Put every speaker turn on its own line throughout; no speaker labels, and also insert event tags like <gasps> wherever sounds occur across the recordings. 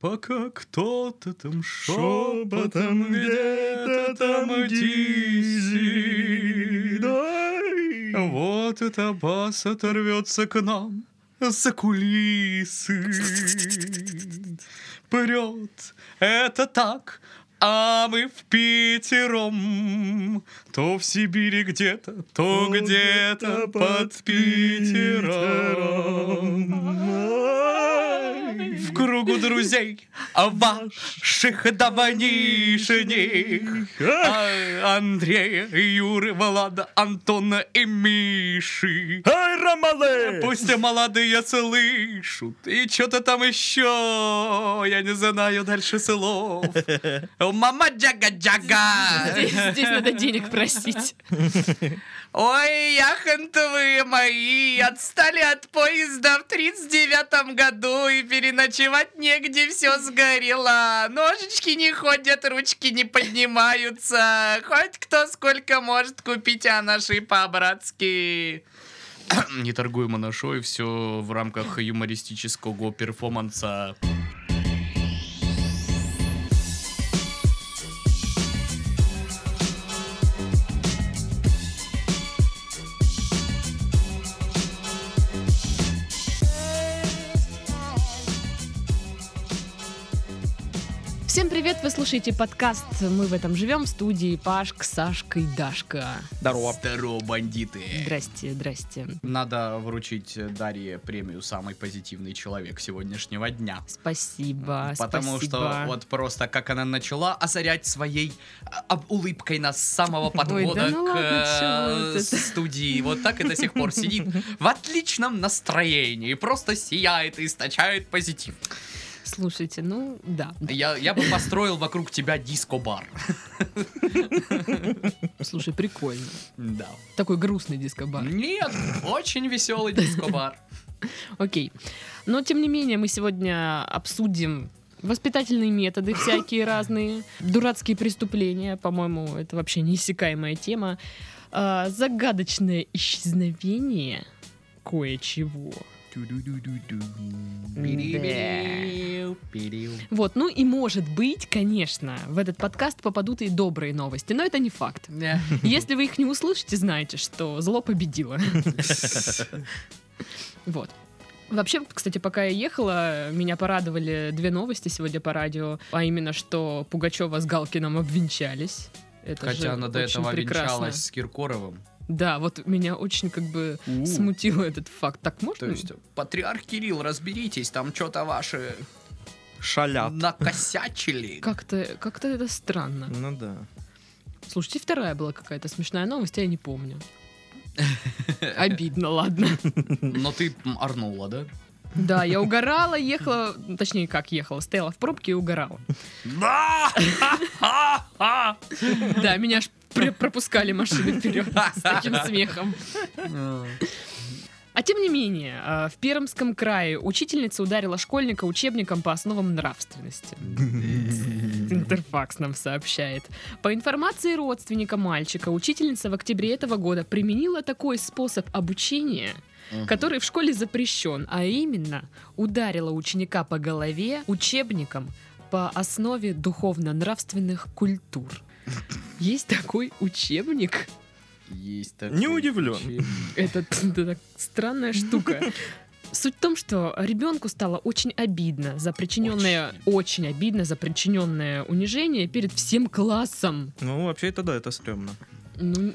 Пока кто-то там
Шепотом
шепотом
где-то там
тисит.
дисит. Ай.
Вот эта бас оторвется к нам за кулисы. Прет, это так, а мы в Питером. То в Сибири где-то, то
Ну,
где-то под Питером.
Ай.
В кругу друзей а ваших давнишних.
Ах.
А, Андрея, Юры, Влада, Антона и Миши.
Ай, Ромале!
Пусть молодые слышат, и что-то там еще, я не знаю дальше слов. Мама джага-джага,
Здесь, здесь надо денег просить.
ой, яхонтовые мои, отстали от поезда в 39-м году, и переночевать негде, все сгорело. Ножички не ходят, ручки не поднимаются, хоть кто сколько может купить, а наши по-братски. <coughs> не торгуем нашой, все в рамках юмористического перформанса.
Всем привет, вы слушаете подкаст «Мы в этом живем» в студии Пашка, Сашка и Дашка.
Здорово.
Здорово, бандиты.
Здрасте, здрасте.
Надо вручить Дарье премию «Самый позитивный человек сегодняшнего дня».
Спасибо,
Потому
А, спасибо.
что вот просто как она начала озарять своей а, об- улыбкой нас с самого подвода
да ну
к
ладно, чего
э,
вот это?
студии. Вот так и до сих пор сидит
<laughs>
в отличном настроении. Просто сияет и источает позитив.
Слушайте, ну да.
Я, я бы построил вокруг тебя диско-бар.
Слушай, прикольно.
Да.
Такой грустный дискобар.
Нет, очень веселый
<laughs>
диско-бар.
Окей. Но, тем не менее, мы сегодня обсудим воспитательные методы всякие разные, дурацкие преступления, по-моему, это вообще неиссякаемая тема, А, загадочное исчезновение кое-чего.
Перебил, перебил.
Вот, ну и может быть, конечно, в этот подкаст попадут и добрые новости, но это не факт.
Да.
Если вы их не услышите, знаете, что зло победило. Вот. Вообще, кстати, пока я ехала, меня порадовали две новости сегодня по радио, а именно, что Пугачева с Галкиным обвенчались. Это же
Хотя она до
очень
этого
прекрасно.
венчалась с Киркоровым.
Да, вот меня очень как бы
У.
смутил этот факт. Так можно?
То есть, патриарх Кирилл, разберитесь, там что-то ваши
Шалят.
накосячили.
Как-то как это странно.
Ну да.
Слушайте, вторая была какая-то смешная новость, я не помню. Обидно, ладно.
Но ты м, орнула, да?
Да, я угорала, ехала, ну, точнее, как ехала, стояла в пробке и угорала.
Да!
Да, меня аж пр- пропускали машины вперед с таким смехом. А тем не менее, э, в Пермском крае учительница ударила школьника учебником по основам нравственности. Интерфакс нам сообщает. По информации родственника мальчика, учительница в октябре этого года применила такой способ обучения, который в школе запрещен, а именно ударила ученика по голове учебником по основе духовно-нравственных культур. Есть такой учебник.
Есть
Не удивлен.
Это, это так странная штука. Суть в том, что ребенку стало очень обидно за причиненное, очень, обидно за причиненное унижение перед всем классом.
Ну, вообще, это да, это стрёмно.
Ну,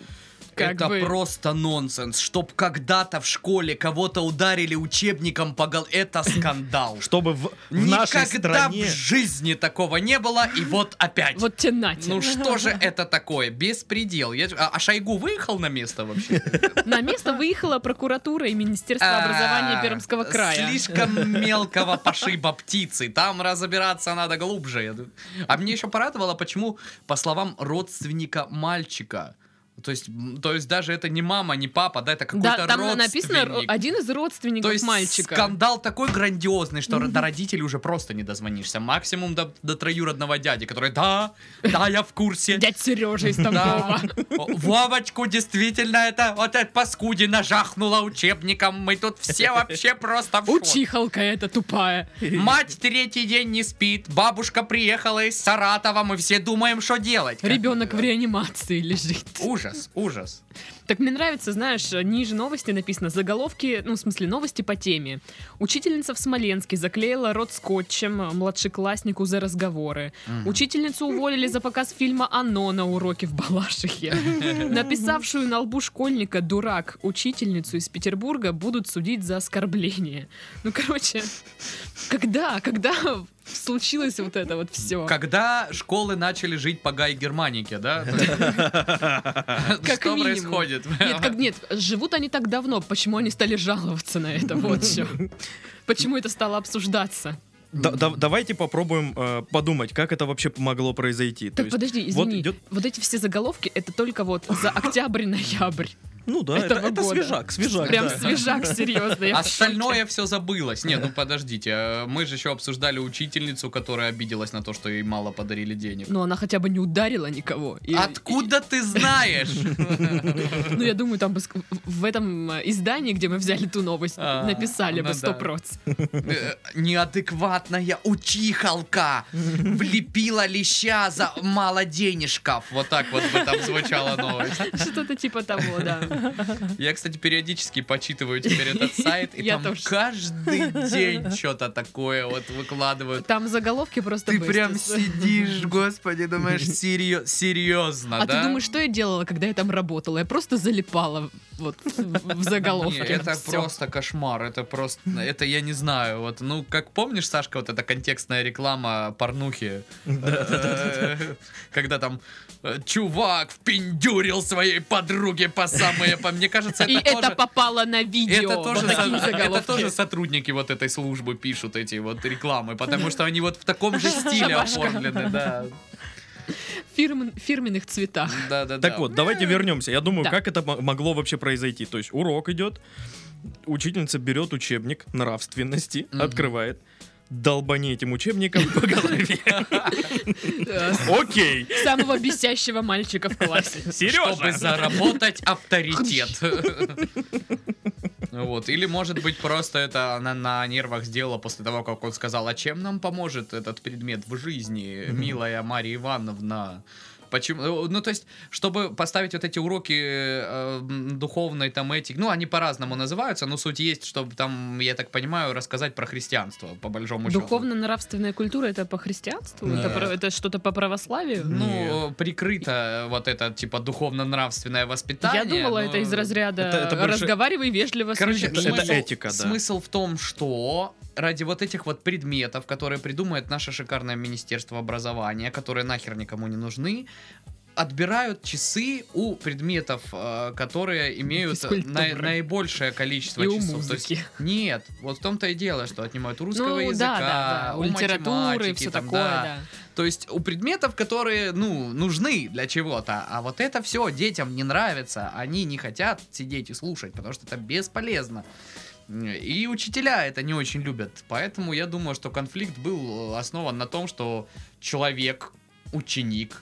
как
это
бы...
просто нонсенс. Чтоб когда-то в школе кого-то ударили учебником по голове. Это скандал.
Чтобы в, в нашей
Никогда
стране...
в жизни такого не было, и вот опять.
Вот тебе нате.
Ну что же это такое? Беспредел. Я- А а Шойгу выехал на место вообще?
На место выехала прокуратура и Министерство образования
А,
Пермского края.
Слишком мелкого пошиба птицы. Там разбираться надо глубже. Я ду- А мне еще порадовало, почему, по словам родственника мальчика, То есть, м, то есть даже это не мама, не папа, да, это какой-то
Да, там на- написано ро-
родственник.
один из родственников
То есть
мальчика.
скандал такой грандиозный, что
Мгм.
до родителей уже просто не дозвонишься. Максимум до, до троюродного дяди, который, да, да, я в курсе.
Дядь Сережа
<laughs>
из Тамбова.
Да. О, Вовочку действительно это вот эта паскудина жахнула учебником. Мы тут все вообще просто в шоке.
Учихалка эта тупая.
Мать третий день не спит, бабушка приехала из Саратова, мы все думаем, что делать. Как-
Ребенок в реанимации лежит.
Ужас, ужас.
Так мне нравится, знаешь, ниже новости написано заголовки, ну, в смысле, новости по теме. Учительница в Смоленске заклеила рот скотчем младшекласснику за разговоры. Учительницу уволили за показ фильма «Оно» на уроке в Балашихе. Написавшую на лбу школьника «Дурак» учительницу из Петербурга будут судить за оскорбление. Ну, короче, когда, когда случилось вот это вот все?
Когда школы начали жить по Гай Германике, да?
Как
Что
минимум.
происходит?
Нет, как, нет, живут они так давно, почему они стали жаловаться на это?
<laughs>
Вот все. Почему это стало обсуждаться?
Да- да- Давайте попробуем э, подумать, как это вообще могло произойти. То
Так
есть,
подожди,
вот
извини, вот,
идет-
эти все заголовки это только вот за октябрь-ноябрь.
Ну да, это,
этого
это
года.
свежак, свежак.
Прям
да. А
свежак, серьезно. я в
Остальное все забылось. Нет, ну подождите, э, мы же еще обсуждали учительницу, которая обиделась на то, что ей мало подарили денег.
шоке. Но Ну, она хотя бы не ударила никого. И-
Откуда ты
<laughs>
знаешь?
и- ну, я думаю, там бы ск- в- в этом э, издании, где мы взяли ту новость,
А,
написали
ну
бы сто
да. Э, Неадекватная
<laughs>
учихалка влепила леща за мало денежков. Вот так вот бы там звучала новость.
Что-то типа того, да.
Я, кстати, периодически почитываю теперь этот сайт, и
<laughs> Я
там
тоже.
каждый
<laughs>
день что-то такое вот выкладывают.
Там заголовки просто
Ты прям
быстро. <laughs>
сидишь, господи, думаешь, серьё- серьезно,
А
да?
ты думаешь, что я делала, когда я там работала? Я просто залипала вот в в
Не,
заголовке.
это
Всё.
просто кошмар, это просто, это я не знаю, вот, ну, как помнишь, Сашка, вот эта контекстная реклама порнухи, Э, когда там э, чувак впендюрил своей подруге по самые, по мне кажется,
И
это
это
тоже...
попало на видео.
Это тоже, со-
вот такие
это тоже
заголовки.
сотрудники вот этой службы пишут эти вот рекламы, потому что они вот в таком
<laughs>
же стиле
Шабашка.
оформлены, да.
Фирм- фирменных цветах.
Да, да,
Так
да.
вот, давайте вернемся. Я думаю,
Да.
как это мо- могло вообще произойти. То есть урок идет, учительница берет учебник нравственности,
Мгм.
открывает, долбани этим учебником по
<laughs>
голове.
Э,
Окей,
Самого бесящего мальчика в классе.
Чтобы
Сережа.
заработать авторитет. Вот. Или, может быть, просто это она на нервах сделала после того, как он сказал, а чем нам поможет этот предмет в жизни, милая Мария Ивановна? Почему? Ну, то есть, чтобы поставить вот эти уроки э, м, духовной там этики, ну, они по-разному называются, но суть есть, чтобы там, я так понимаю, рассказать про христианство, по большому счету.
Духовно-нравственная культура это по христианству?
Да.
Это про- Это что-то по православию?
Ну, прикрыто вот это, типа, духовно-нравственное воспитание.
Я думала,
но-
это из
ну, Это-
разряда
это больше-
разговаривай вежливо с
Короче,
Это-
людьми.
это этика, да.
Смысл в том, что ради вот этих вот предметов, которые придумает наше шикарное Министерство образования, которые нахер никому не нужны, отбирают часы у предметов, э, которые имеют
Физкультуры.
на- наибольшее количество
И у
часов. То
музыки.
есть нет, вот в том-то и дело, что отнимают у русского
Ну да,
языка,
да, да. У
у
литературы,
математики,
все
там,
такое,
да.
да.
То есть у предметов, которые, ну, нужны для чего-то, а вот это все детям не нравится, они не хотят сидеть и слушать, потому что это бесполезно. И учителя это не очень любят, поэтому я думаю, что конфликт был э, основан на том, что человек, ученик,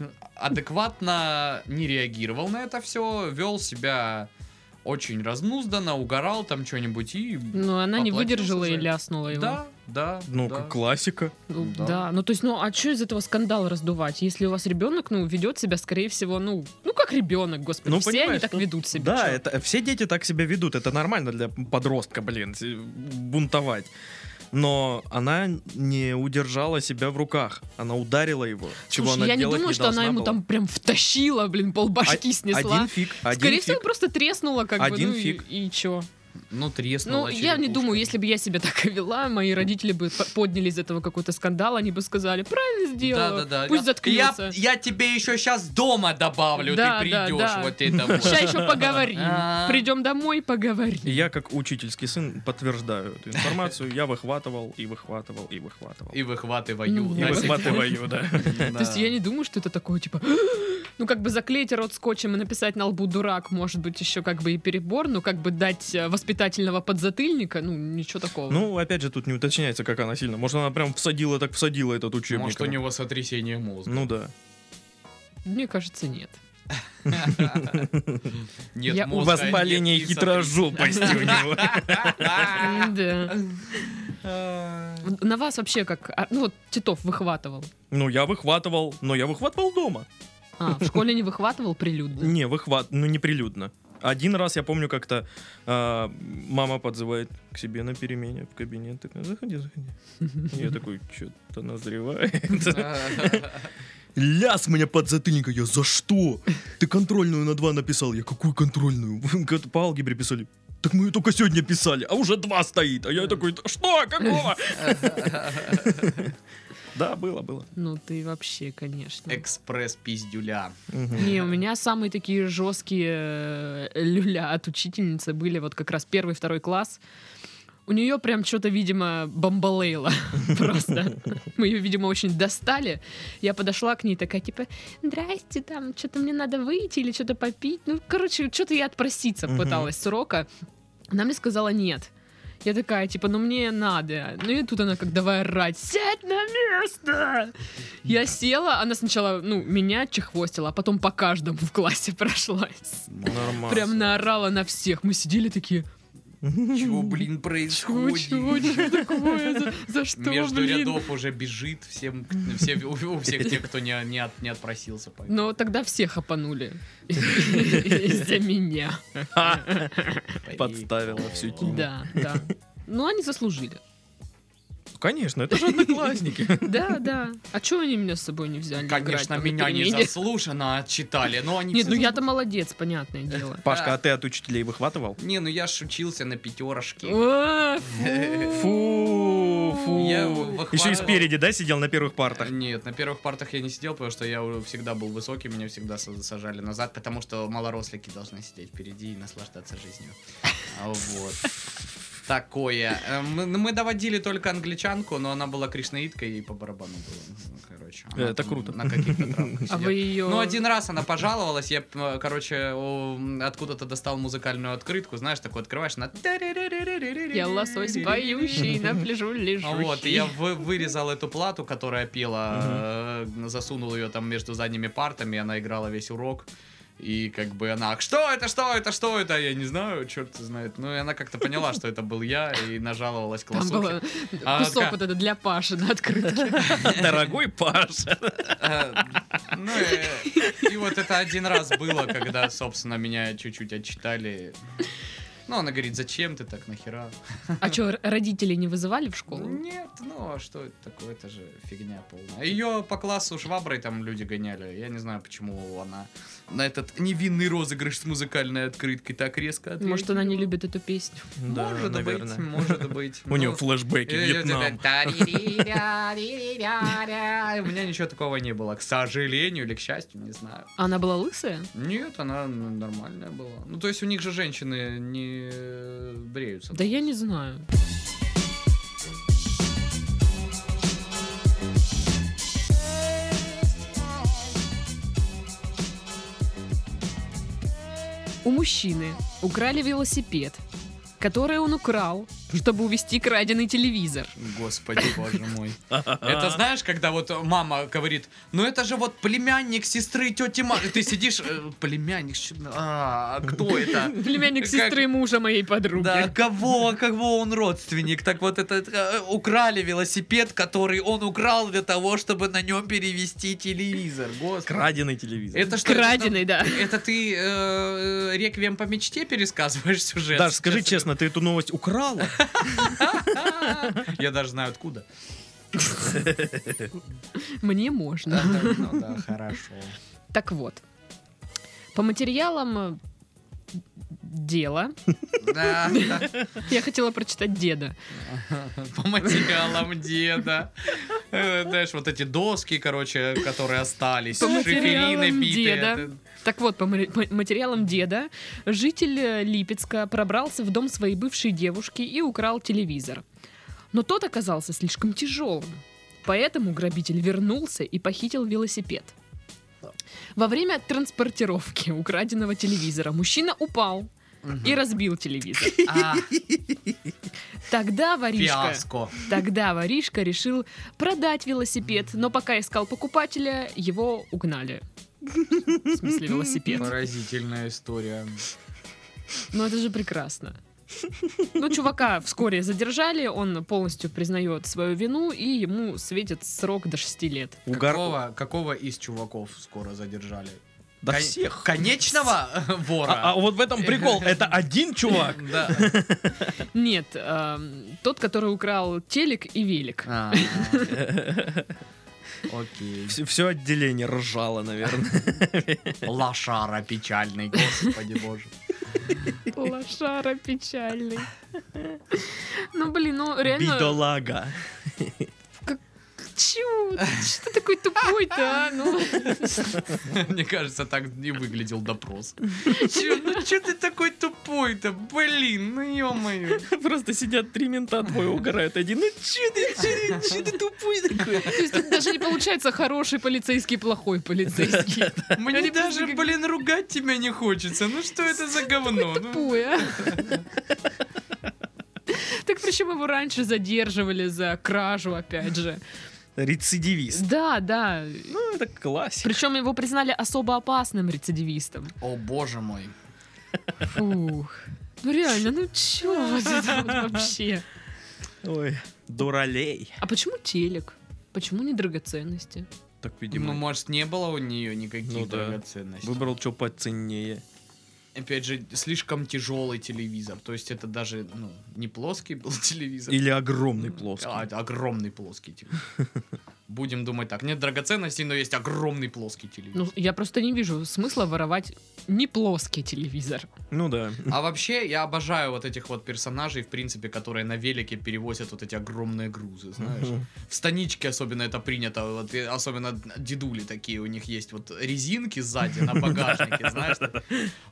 адекватно не реагировал на это все, вел себя очень разнузданно, угорал там что-нибудь и...
Ну, она не
Поплатился
выдержала
за
и
это.
ляснула его.
Да, да,
Ну,
да.
как классика.
Ну, да.
Да.
ну то есть, ну а что из этого скандал раздувать? Если у вас ребенок, ну, ведет себя, скорее всего, ну, ну как ребенок, господи,
Ну,
все они
понимаешь,
так
ну,
ведут себя.
Да,
чё?
это все дети так себя ведут. Это нормально для подростка, блин, с- бунтовать. Но она не удержала себя в руках. Она ударила его. чего
Слушай,
она
я не
делать
думаю, что она
должна
ему
была.
там прям втащила, блин, полбашки
О-
снесла.
Один фиг, один
Скорее
фиг.
всего, просто треснула, как
Один
бы, ну
фиг.
и, и чё?
Ну, треснула
Ну, я не
черепушка.
думаю, если бы я себя так и вела, мои родители бы по- подняли из этого какой-то скандал, они бы сказали, правильно сделала,
Да-да-да.
пусть
Я-
заткнется.
Я, я тебе еще сейчас дома добавлю,
Да,
ты
да,
придешь
да.
вот это вот.
Сейчас еще поговорим.
А.
Придем домой и
И
поговорим.
я, как учительский сын, подтверждаю эту информацию. Я выхватывал и выхватывал и выхватывал.
И выхватываю.
Ну,
И
Настя.
выхватываю, да.
То есть я не думаю, что это такое, типа, <gasps> Ну, как бы заклеить рот скотчем и написать на лбу дурак, может быть, еще как бы и перебор, но как бы дать э, воспитательного подзатыльника, ну, ничего такого.
Ну, опять же, тут не уточняется, как она сильно. Может, она прям всадила, так всадила этот учебник.
Может, у него сотрясение мозга.
Ну да.
Мне кажется, нет.
Нет
Я-
мозга,
Воспаление
нет и <laughs>
хитрожопости у него.
сотрясение.
Да.
А.
На вас вообще как... а, Ну, вот Титов выхватывал.
Ну, я выхватывал, но я выхватывал дома.
А, в школе не выхватывал прилюдно?
Не, выхват, ну не прилюдно. Один раз я помню как-то э, мама подзывает к себе на перемене в кабинет, такая, заходи, заходи. Я такой, что-то назревает. Ляс меня под затыльника, я за что? Ты контрольную на два написал, я какую контрольную? <laughs> Как-то По алгебре писали. Так мы ее только сегодня писали, а уже два стоит. А я такой, «Да что, какого? <laughs> Да, было, было.
Ну, ты вообще, конечно.
Экспресс пиздюля.
Мгм.
Не, у меня самые такие жесткие э, люля от учительницы были вот как раз первый, второй класс. У нее прям что-то, видимо, бомбалейло <laughs> просто. Мы ее, видимо, очень достали. Я подошла к ней такая, типа, здрасте, там, что-то мне надо выйти или что-то попить. Ну, короче, что-то я отпроситься
Мгм.
пыталась с урока. Она мне сказала нет. Я такая, типа, ну мне надо. Ну и тут она как давай орать, сядь на место! Я села, она сначала, ну, меня чехвостила, а потом по каждому в классе прошлась.
Нормально.
Прям наорала на всех. Мы сидели такие,
Чего, блин,
чего,
происходит?
чего, чего такое? За, за что,
Между
блин?
рядов уже бежит всем, все, у, у всех тех, кто не, не, от- не отпросился. поэтому.
Но тогда всех опанули. <laughs> Из-за меня.
Подставила всю тему.
Да, да. Ну, они заслужили.
Конечно, это же <laughs> одноклассники.
Да, да. А чего они меня с собой не взяли? играть
Конечно,
там на
меня не
перемене?
заслуженно отчитали, но они...
Нет,
все
ну
за-
я-то молодец, понятное
<laughs>
дело.
Пашка, а ты от учителей выхватывал?
Не, ну я ж учился на пятерочке.
О,
Фу, фу.
Я выхватывал.
Еще и спереди, да, сидел на первых партах?
Нет, на первых партах я не сидел, потому что я у- всегда был высокий, меня всегда са- сажали назад, потому что малорослики должны сидеть впереди и наслаждаться жизнью. А Вот. Такое. Э, Мы, мы доводили только англичанку, но она была кришнаиткой и по барабану было. Ну, Короче. она
Это
там
круто.
На каких-то травмах
А
сидела.
вы ее...
Ну, один раз она пожаловалась, я, э, короче, о, м, откуда-то достал музыкальную открытку, знаешь, такой открываешь, на...
Я лосось поющий, на пляжу
А
лежу.
Вот, и я вы- вырезал эту плату, которая пела, э, засунул ее там между задними партами, она играла весь урок. И как бы она, что это, что это, что это, я не знаю, черт знает. Ну, и она как-то поняла, что это был я, и нажаловалась
<laughs> Там
классу.
был
А,
кусок
ка-
вот этот для Паши на открытке.
<laughs>
<laughs> Дорогой Паша.
Ну, и, и вот это один раз было, когда, собственно, меня чуть-чуть отчитали. Ну, она говорит, зачем ты так, нахера?
А что, родители не вызывали в школу?
Нет, ну а что это такое? Это же фигня полная. Ее по классу шваброй там люди гоняли. Я не знаю, почему она на этот невинный розыгрыш с музыкальной открыткой так резко ответила.
Может, она не любит эту песню?
Может быть,
ну.
может быть.
<laughs> У нее
Ну,
флешбеки
и- и вот
Вьетнам.
это «Та-ри-ри-ля-ри-ля-ля». У меня ничего такого не было, к сожалению или к счастью, не знаю.
А Она была лысая?
Нет, она н- нормальная была. Ну, то есть у них же женщины не бреются.
Да я не знаю. У мужчины украли велосипед, который он украл, чтобы увести краденый телевизор.
Господи, боже мой.
А.
Это знаешь, когда вот мама говорит, ну это же вот племянник сестры тети Маши. Ты сидишь, э, племянник, щ- а, кто это? <laughs>
Племянник
Как-
сестры мужа моей подруги.
Да, кого, кого он родственник? Так вот это э, украли велосипед, который он украл для того, чтобы на нем перевести телевизор. Господи.
<laughs> Краденый телевизор.
Это что? это
Краденый, да.
там- Это ты э, реквием по мечте пересказываешь сюжет?
Даже скажи
Сейчас.
честно, ты эту новость украла?
Я даже знаю откуда.
Мне можно.
Ну да, хорошо.
Так вот. По материалам э, дела.
Да, да.
Я хотела прочитать деда.
по материалам деда. Э, Знаешь, вот эти доски, короче, которые остались,
По
шиферины
материалам
битые.
деда.
Это-
Так вот, по мари- по материалам деда, житель э, Липецка пробрался в дом своей бывшей девушки и украл телевизор. Но тот оказался слишком тяжелым. Поэтому грабитель вернулся и похитил велосипед. Во время транспортировки украденного телевизора мужчина упал и разбил телевизор.
А,
Тогда воришка,
Фиаско.
тогда воришка решил продать велосипед, но пока искал покупателя, его угнали. В смысле велосипед.
Поразительная история.
Ну это же прекрасно. Ну, чувака вскоре задержали, он полностью признает свою вину, и ему светит срок до 6 лет.
Угар-
Какого, какого из чуваков скоро задержали?
Да
Кон-
всех.
Конечного <laughs> вора.
А, а вот в этом
<laughs>
прикол. Это один чувак.
Да.
Нет, эм, тот, который украл телек и велик.
А. Окей.
Все, отделение ржало, наверное.
Лошара печальный, господи боже.
Лошара печальный. Ну, блин, ну реально...
Бедолага.
Чу, ты что такой тупой-то, а? Ну,
<laughs> Мне кажется, так не выглядел <laughs> допрос. Че, ну че ты такой тупой-то? Блин, ну ё-моё.
Просто сидят три мента, двое угорают. Один, ну че ты, че ты, че ты тупой такой?
то есть тут даже не получается хороший полицейский, плохой полицейский.
Мне
Они просто
даже,
как-
блин, ругать тебя не хочется. Ну что это за говно? Ну,
Тупой, а? Так причем его раньше задерживали за кражу, опять же.
Рецидивист.
Да, да.
Ну, это классик.
Причем его признали особо опасным рецидивистом.
О боже мой.
Фух. Ну реально, ну чё вот это вот вообще?
Ой, дуралей.
А почему телек? Почему не драгоценности?
Так,
Ну,
видимо,
может, не было у нее
Ну
никаких
да.
драгоценностей.
выбрал что поценнее.
Опять же, слишком тяжелый телевизор. То есть это даже ну, не плоский был <laughs> телевизор.
Или огромный плоский.
А, это огромный плоский телевизор. Будем думать так. Нет драгоценностей, но есть огромный плоский телевизор.
Ну, я просто не вижу смысла воровать не плоский телевизор.
Ну да.
А вообще, я обожаю вот этих вот персонажей, в принципе, которые на велике перевозят вот эти огромные грузы, знаешь.
Мгм.
В станичке особенно это принято, вот, и особенно дедули такие, у них есть вот резинки сзади на
<laughs>
багажнике, знаешь.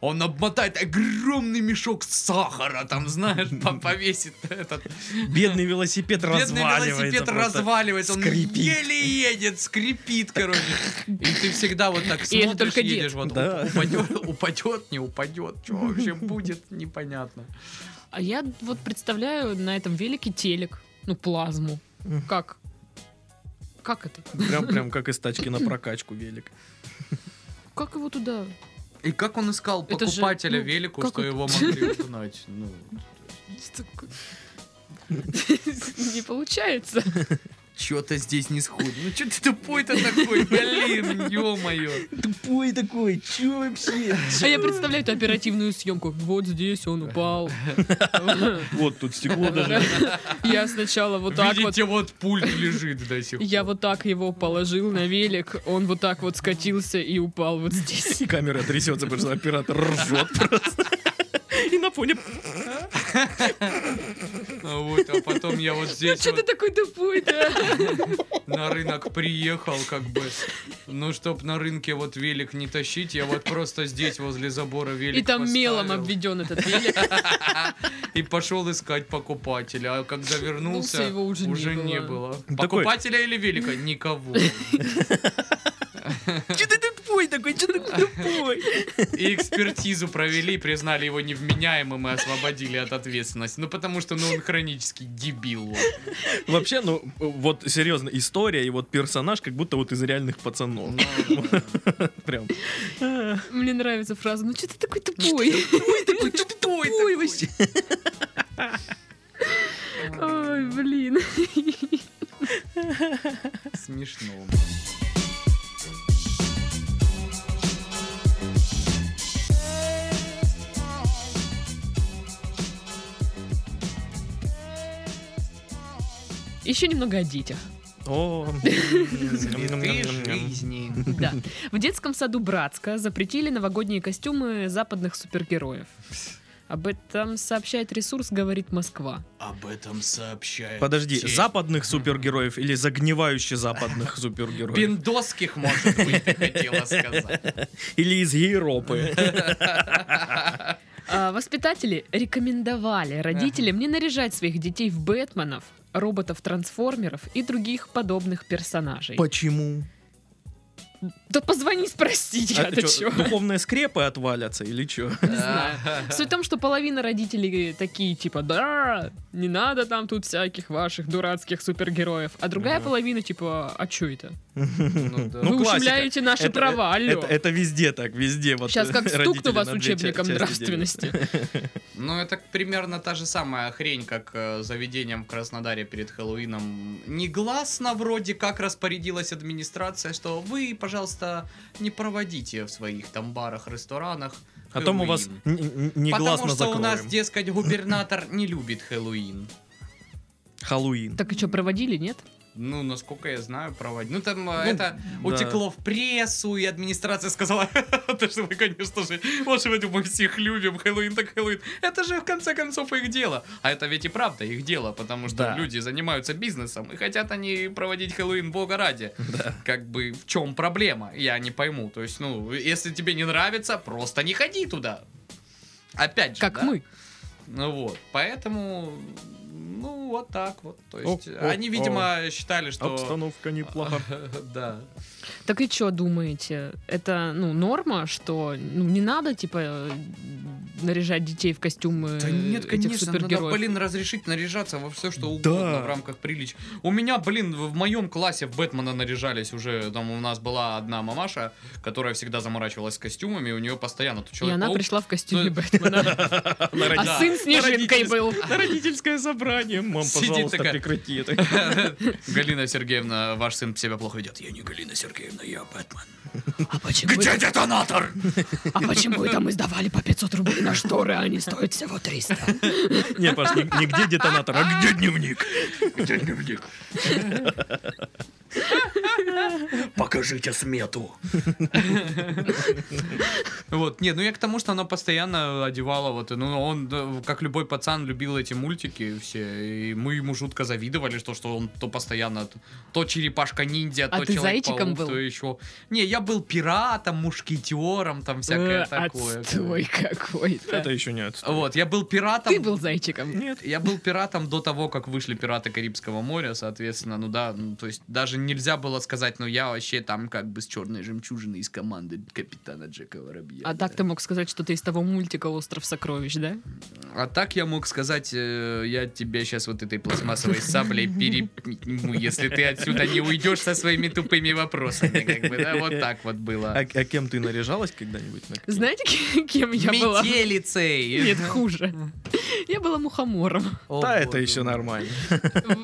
Он обмотает огромный мешок сахара, там, знаешь,
<laughs>
по- повесит этот.
Бедный велосипед
Бедный
разваливается.
велосипед
просто.
разваливается, он
скрипит.
еле едет, скрипит, короче. И ты всегда вот так
<laughs> И это
смотришь,
только дед.
едешь, вот
Да.
упадет, упадет, не упадет, что вообще будет, непонятно.
А я вот представляю на этом велике телек, ну, плазму.
Мгм.
Как? Как это?
Прям, прям как из тачки на прокачку велик.
Как его туда?
И как он искал
Это же,
покупателя
ну,
велику,
как
что
он-
его могли узнать? Ну,
Не получается.
Чё-то здесь не сходит. Ну чё ты тупой-то такой, блин, ё-моё.
Тупой такой, че вообще?
А я представляю эту оперативную съемку. Вот здесь он упал.
Вот тут стекло даже.
Я сначала вот так вот
Видите, вот пульт лежит до сих пор.
Я вот так его положил на велик, он вот так вот скатился и упал вот здесь.
И камера трясется, потому что оператор ржет просто. И на фоне
А Вот, а потом я вот здесь
Че
вот
ты такой тупой-то?
на рынок приехал, как бы. Ну, чтоб на рынке вот велик не тащить, я вот просто здесь возле забора велик
И там мелом
поставил
обведен этот велик.
И пошел искать покупателя. А когда вернулся,
Вернулся, Ну, его уже не было.
не было.
Такой-
Покупателя или велика? Никого.
Че ты тупой такой, че ты тупой?
И экспертизу провели, признали его невменяемым и освободили от ответственности. Ну, потому что, ну, он хронический дебил. вот.
Вообще, ну, вот серьезно, история и вот персонаж как будто вот из реальных пацанов.
Ну,
Прям.
Мне нравится фраза, ну че ты такой тупой?
Такой
<laughs>
тупой
такой?
вообще.
<laughs> Ой, блин.
Смешно.
Еще немного о детях.
О,
Цветы
м-м-м-м-м.
жизни.
Да. В детском саду Братска запретили новогодние костюмы западных супергероев. Об этом сообщает ресурс «Говорит Москва».
Об этом сообщает.
Подожди,
тень.
западных супергероев или загнивающе западных супергероев?
Пиндосских, может быть, ты хотела сказать.
Или из Европы?
А, Воспитатели рекомендовали родителям не наряжать своих детей в Бэтменов,
А
роботов-трансформеров и других подобных персонажей.
Почему?
Да позвони, спросить,
А
я-то
чё,
чё?
Духовные скрепы отвалятся или что?
Не знаю. Суть в том, что половина родителей такие, типа, да, не надо там тут всяких ваших дурацких супергероев. А другая
Мгм.
половина, типа, а чё это?
Ну да.
Ну,
Вы
классика.
ущемляете наши
Это- э,
права, алло.
Это, это везде так, везде. Вот э,
Сейчас как стукну
родители
вас
на две ча-
учебником
части
нравственности.
Ну, это примерно та же самая хрень, как э, заведением в Краснодаре перед Хэллоуином. Негласно вроде как распорядилась администрация, что вы, пожалуйста, не проводите в своих там барах, ресторанах
делят. А то мы вас
Хэллоуин.
н- н- негласно
Потому что у нас,
закроем.
дескать, губернатор не любит Хэллоуин.
Хэллоуин.
Так и что, проводили, нет?
Ну, насколько я знаю, проводить. Ну, там э,
Ну,
это
да.
утекло в прессу, и администрация сказала, <laughs> то, что вы, конечно же, вот же мы всех любим, Хэллоуин так Хэллоуин. Это же, в конце концов, их дело. А это ведь и правда их дело, потому что
Да.
люди занимаются бизнесом, и хотят они проводить Хэллоуин бога ради. Как бы, в чем проблема? Я не пойму. То есть, ну, если тебе не нравится, просто не ходи туда. Опять же,
Как
да?
мы.
Ну вот, поэтому, ну вот так вот. То есть,
Оп, оп,
они, видимо, считали, что...
Обстановка неплоха.
<laughs> Да.
Так и что думаете? Это, ну, норма, что ну, не надо, типа, э, наряжать детей в костюмы
Да нет,
Э, этих
конечно, надо,
супергероев?
блин, разрешить наряжаться во все, что
Да.
угодно в рамках прилич. У меня, блин, в моем классе в Бэтмена наряжались уже, там у нас была одна мамаша, которая всегда заморачивалась костюмами, у нее постоянно то
И
человек
она
паук.
пришла в костюме
Ну,
Бэтмена.
да.
А сын снежинкой был.
На родительское собрание. Мам,
Сидит
пожалуйста,
такая.
прекрати это.
<laughs> Галина Сергеевна, ваш сын себя плохо ведет. Я не Галина Сергеевна, я Бэтмен.
А почему,
Где детонатор?
а почему это мы сдавали по 500 рублей на шторы, а они стоят всего 300?
<laughs> Не, Паш, не, не где детонатор, а где <laughs> дневник?
Где дневник?
Покажите смету.
Вот, нет, ну я к тому, что она постоянно одевала вот, ну он, да, как любой пацан, любил эти мультики все, и мы ему жутко завидовали, что, что он то постоянно, т- то черепашка-ниндзя,
А
то
ты
человек
зайчиком был?
то еще. Не, я был пиратом, мушкетером, там всякое
Э,
такое.
Отстой
Это
какой-то.
еще не отстой.
Вот, я был пиратом.
Ты был зайчиком.
Нет.
Я был пиратом до того, как вышли пираты Карибского моря, соответственно, ну да, ну, то есть даже нельзя было сказать, ну я вообще там как бы с черной жемчужины из команды капитана Джека Воробья.
А
да.
так ты мог сказать, что ты из того мультика «Остров сокровищ», да?
А так я мог сказать, э, я тебя сейчас вот этой пластмассовой саблей перепну, если ты отсюда не уйдешь со своими тупыми вопросами. Как бы, да, вот так вот
А,
было.
а кем ты наряжалась когда-нибудь? на какие?
Знаете, ки- кем я была?
Метелицей!
Нет, хуже. Я была мухомором.
О,
Да, это
боже
еще
мой.
нормально.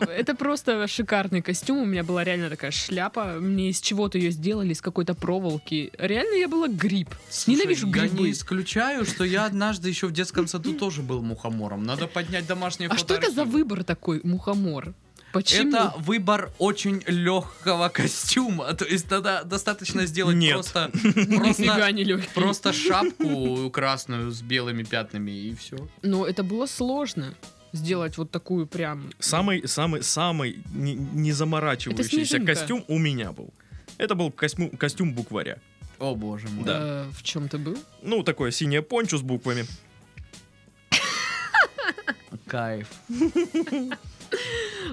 Это просто шикарный костюм. У меня была реально такая шляпа. Мне из чего-то ее сделали, из какой-то проволоки. Реально я была гриб.
Слушай,
Ненавижу
я
грибы.
не исключаю, что я однажды еще в детском саду тоже был мухомором. Надо поднять домашнее
А что это за
фотоархив.
выбор такой, мухомор? Почему?
Это
<laughs>
выбор очень легкого костюма. То есть тогда достаточно сделать
Нет.
просто...
Нифига
просто
не легкий.
Просто шапку красную с белыми пятнами и все.
Но это было сложно сделать вот такую прям...
Самый, самый, самый не, не
Это
заморачивающийся
снежинка.
костюм у меня был. Это был костюм, костюм букваря.
О боже мой.
э, в чем ты был?
Ну, такое синее пончо с буквами.
Кайф.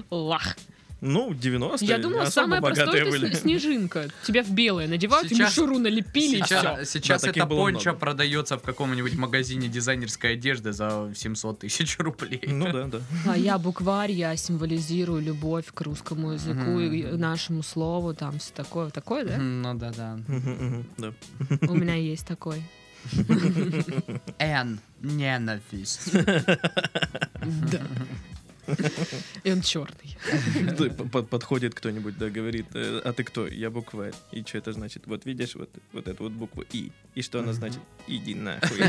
Лах.
Ну, 90-е.
Я
не
думала,
особо
самое простое
богатые
это
были.
сни- снежинка. Тебя в белое надевают, и
Сейчас-
мишуру налепили, и все.
Сейчас, сейчас
Да, таких
это
было
пончо
много.
продается в каком-нибудь магазине дизайнерской одежды за 700 тысяч рублей.
Ну да, да.
А я букварь, я символизирую любовь к русскому языку и
Мгм.
нашему слову, там все такое, такое, да?
<laughs> Ну да, да.
Мгм, мгм, да.
У меня есть такой.
Н. Ненависть.
<laughs>
<laughs>
Да. И он черный.
Ты п- под- Подходит кто-нибудь, да, говорит, э, а ты кто? Я букварь. И что это значит? Вот видишь, вот, вот эту вот букву И. И что она значит? Иди
<laughs>
нахуй.
Ну,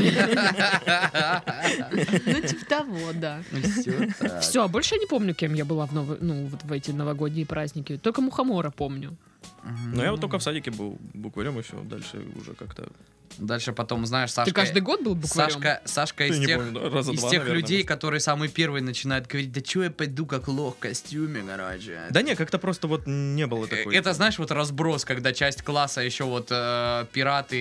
типа того, да.
Всё так.
Все, а больше я не помню, кем я была в, ново- ну, вот в эти новогодние праздники. Только мухомора помню.
Мгм.
Но я вот только в садике был букварем еще, дальше уже как-то
Дальше потом, знаешь, Сашка...
Ты каждый год был букварем?
Сашка, Сашка
Я
из
не
тех,
помню, да, раза
из
два,
тех
наверное,
людей,
может.
которые самый первый начинают говорить, да чё я пойду как лох в костюме, короче.
Э,
Да не, как-то просто вот не было
Э,
такой. типа.
Это, знаешь, вот разброс, когда часть класса еще вот э, пираты,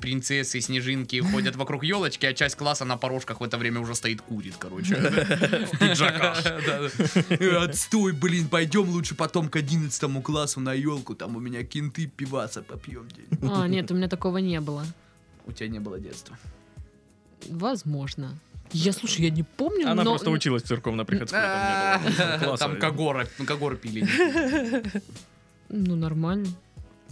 принцессы, снежинки ходят вокруг елочки, а часть класса на порожках в это время уже стоит курит,
<laughs>
короче. В <laughs> пиджаках. Э, Отстой, блин, пойдем лучше потом к 11 классу на елку, там у меня кенты пиваса попьем.
А, нет, у меня такого не было.
У тебя не было детства.
Возможно. Я, слушай, я не А, помню,
Она
но...
просто училась в
<laughs>
церковно-приходской, там не
<laughs>
было класса.
Там когора, когоры пили.
Ну, нормально.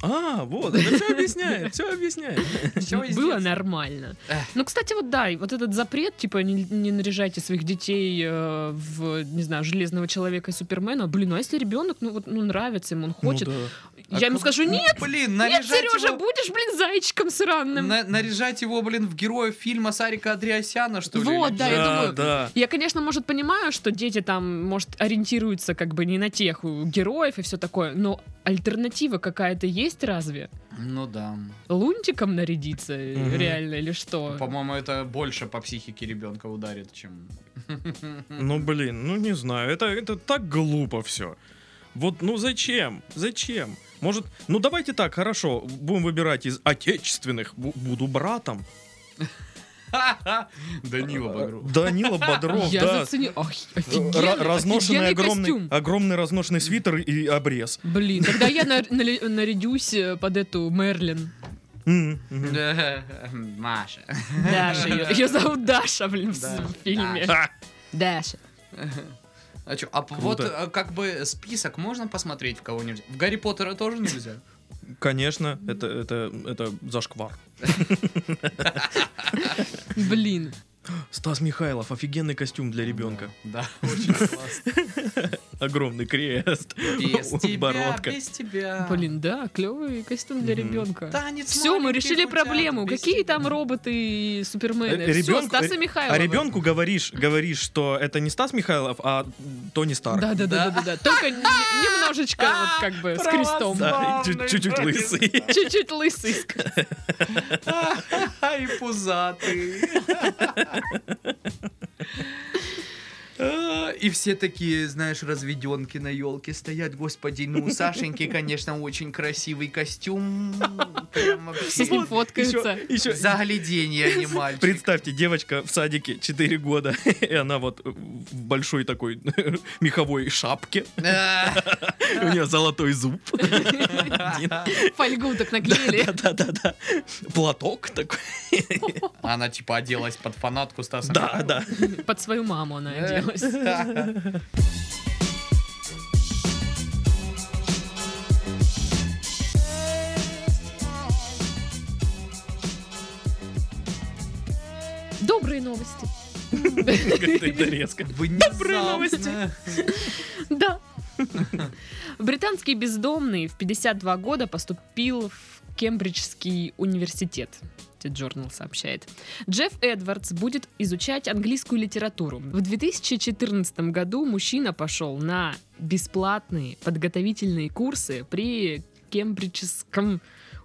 А, вот, это все объясняет, все объясняет.
Всё из
Было
детства.
нормально.
Эх.
Ну, кстати, вот да, и вот этот запрет, типа, не, не наряжайте своих детей э, в, не знаю, Железного Человека и Супермена. Блин, а если ребенок, ну, вот, ну, нравится ему, он хочет.
Ну да.
А
Я ему
как-
скажу, нет,
Блин,
нет,
наряжать
Сережа,
его-
будешь, блин, зайчиком сраным.
на- наряжать его, блин, в героя фильма Сарика Андреасяна, что ли?
Вот,
или
да, я
чё?
думаю,
да.
Я, конечно, может, понимаю, что дети там, может, ориентируются как бы не на тех э, героев и все такое, но альтернатива какая-то есть разве?
Ну да.
Лунтиком нарядиться э,
Мгм.
реально или что?
По-моему, это больше по психике ребенка ударит, чем...
Ну блин, ну не знаю, это, это так глупо все. Вот, ну зачем? Зачем? Может, ну давайте так, хорошо, будем выбирать из отечественных, Бу- буду братом.
Данила Багров.
<laughs> Данила Бодров,
<laughs> Я
да. Э,
заценила. Ох,
Ра-
офигенный,
Разношенный
офигенный
огромный,
костюм.
огромный разношенный свитер и обрез.
Блин, тогда я на- нали- нарядюсь э, под эту Мерлин.
М, мгм.
<laughs> Маша.
Даша, ее зовут Даша, блин, в
Да.
с- в фильме.
Ха!
Даша.
А чё, а п- вот
Круто.
э, как бы список можно посмотреть, в кого нельзя? В Гарри Поттера тоже нельзя?
Конечно, это, это, это зашквар.
Блин.
Стас Михайлов, офигенный костюм для ребенка.
Ну, Да, очень
<laughs>
классно.
Огромный крест.
Без тебя,
Бородка.
без тебя.
Блин, да, клевый костюм для
Мгм.
ребенка.
Танец
Все, мы
маленьких
решили
утят,
проблему.
без
Какие
тебя.
там роботы и супермены?
Э,
Все,
ребенку-
Стаса
э,
Михайлова.
А ребенку говоришь, говоришь, что это не Стас Михайлов, а Тони Старк.
Да, да, да, да, да, да. Только не- немножечко вот как бы с крестом.
Да, и чуть- чуть-чуть лысый.
Чуть-чуть лысый. с кре-
<laughs> Ай, пузатый. <laughs> А, И все такие, знаешь, разведенки на елке стоят. Господи, ну у Сашеньки, конечно, очень красивый костюм. Прям
Все с ним
вообще.
фоткаются.
Еще,
Загляденье, а не мальчик.
Представьте, девочка в садике 4 года, <laughs> и она вот в большой такой <laughs> меховой шапке,
А,
и у нее золотой зуб. <laughs>
Фольгу так наклеили.
Да-да-да. Платок такой.
Она типа оделась под фанатку Стаса.
Да, да.
Под свою маму она оделась.
Да.
Добрые новости.
Как-то это резко.
Добрые
новости. Да. <laughs> Британский бездомный в 52 года поступил в Кембриджский университет. The Journal сообщает. Джефф Эдвардс будет изучать английскую литературу. В 2014 году мужчина пошел на бесплатные подготовительные курсы при Кембриджском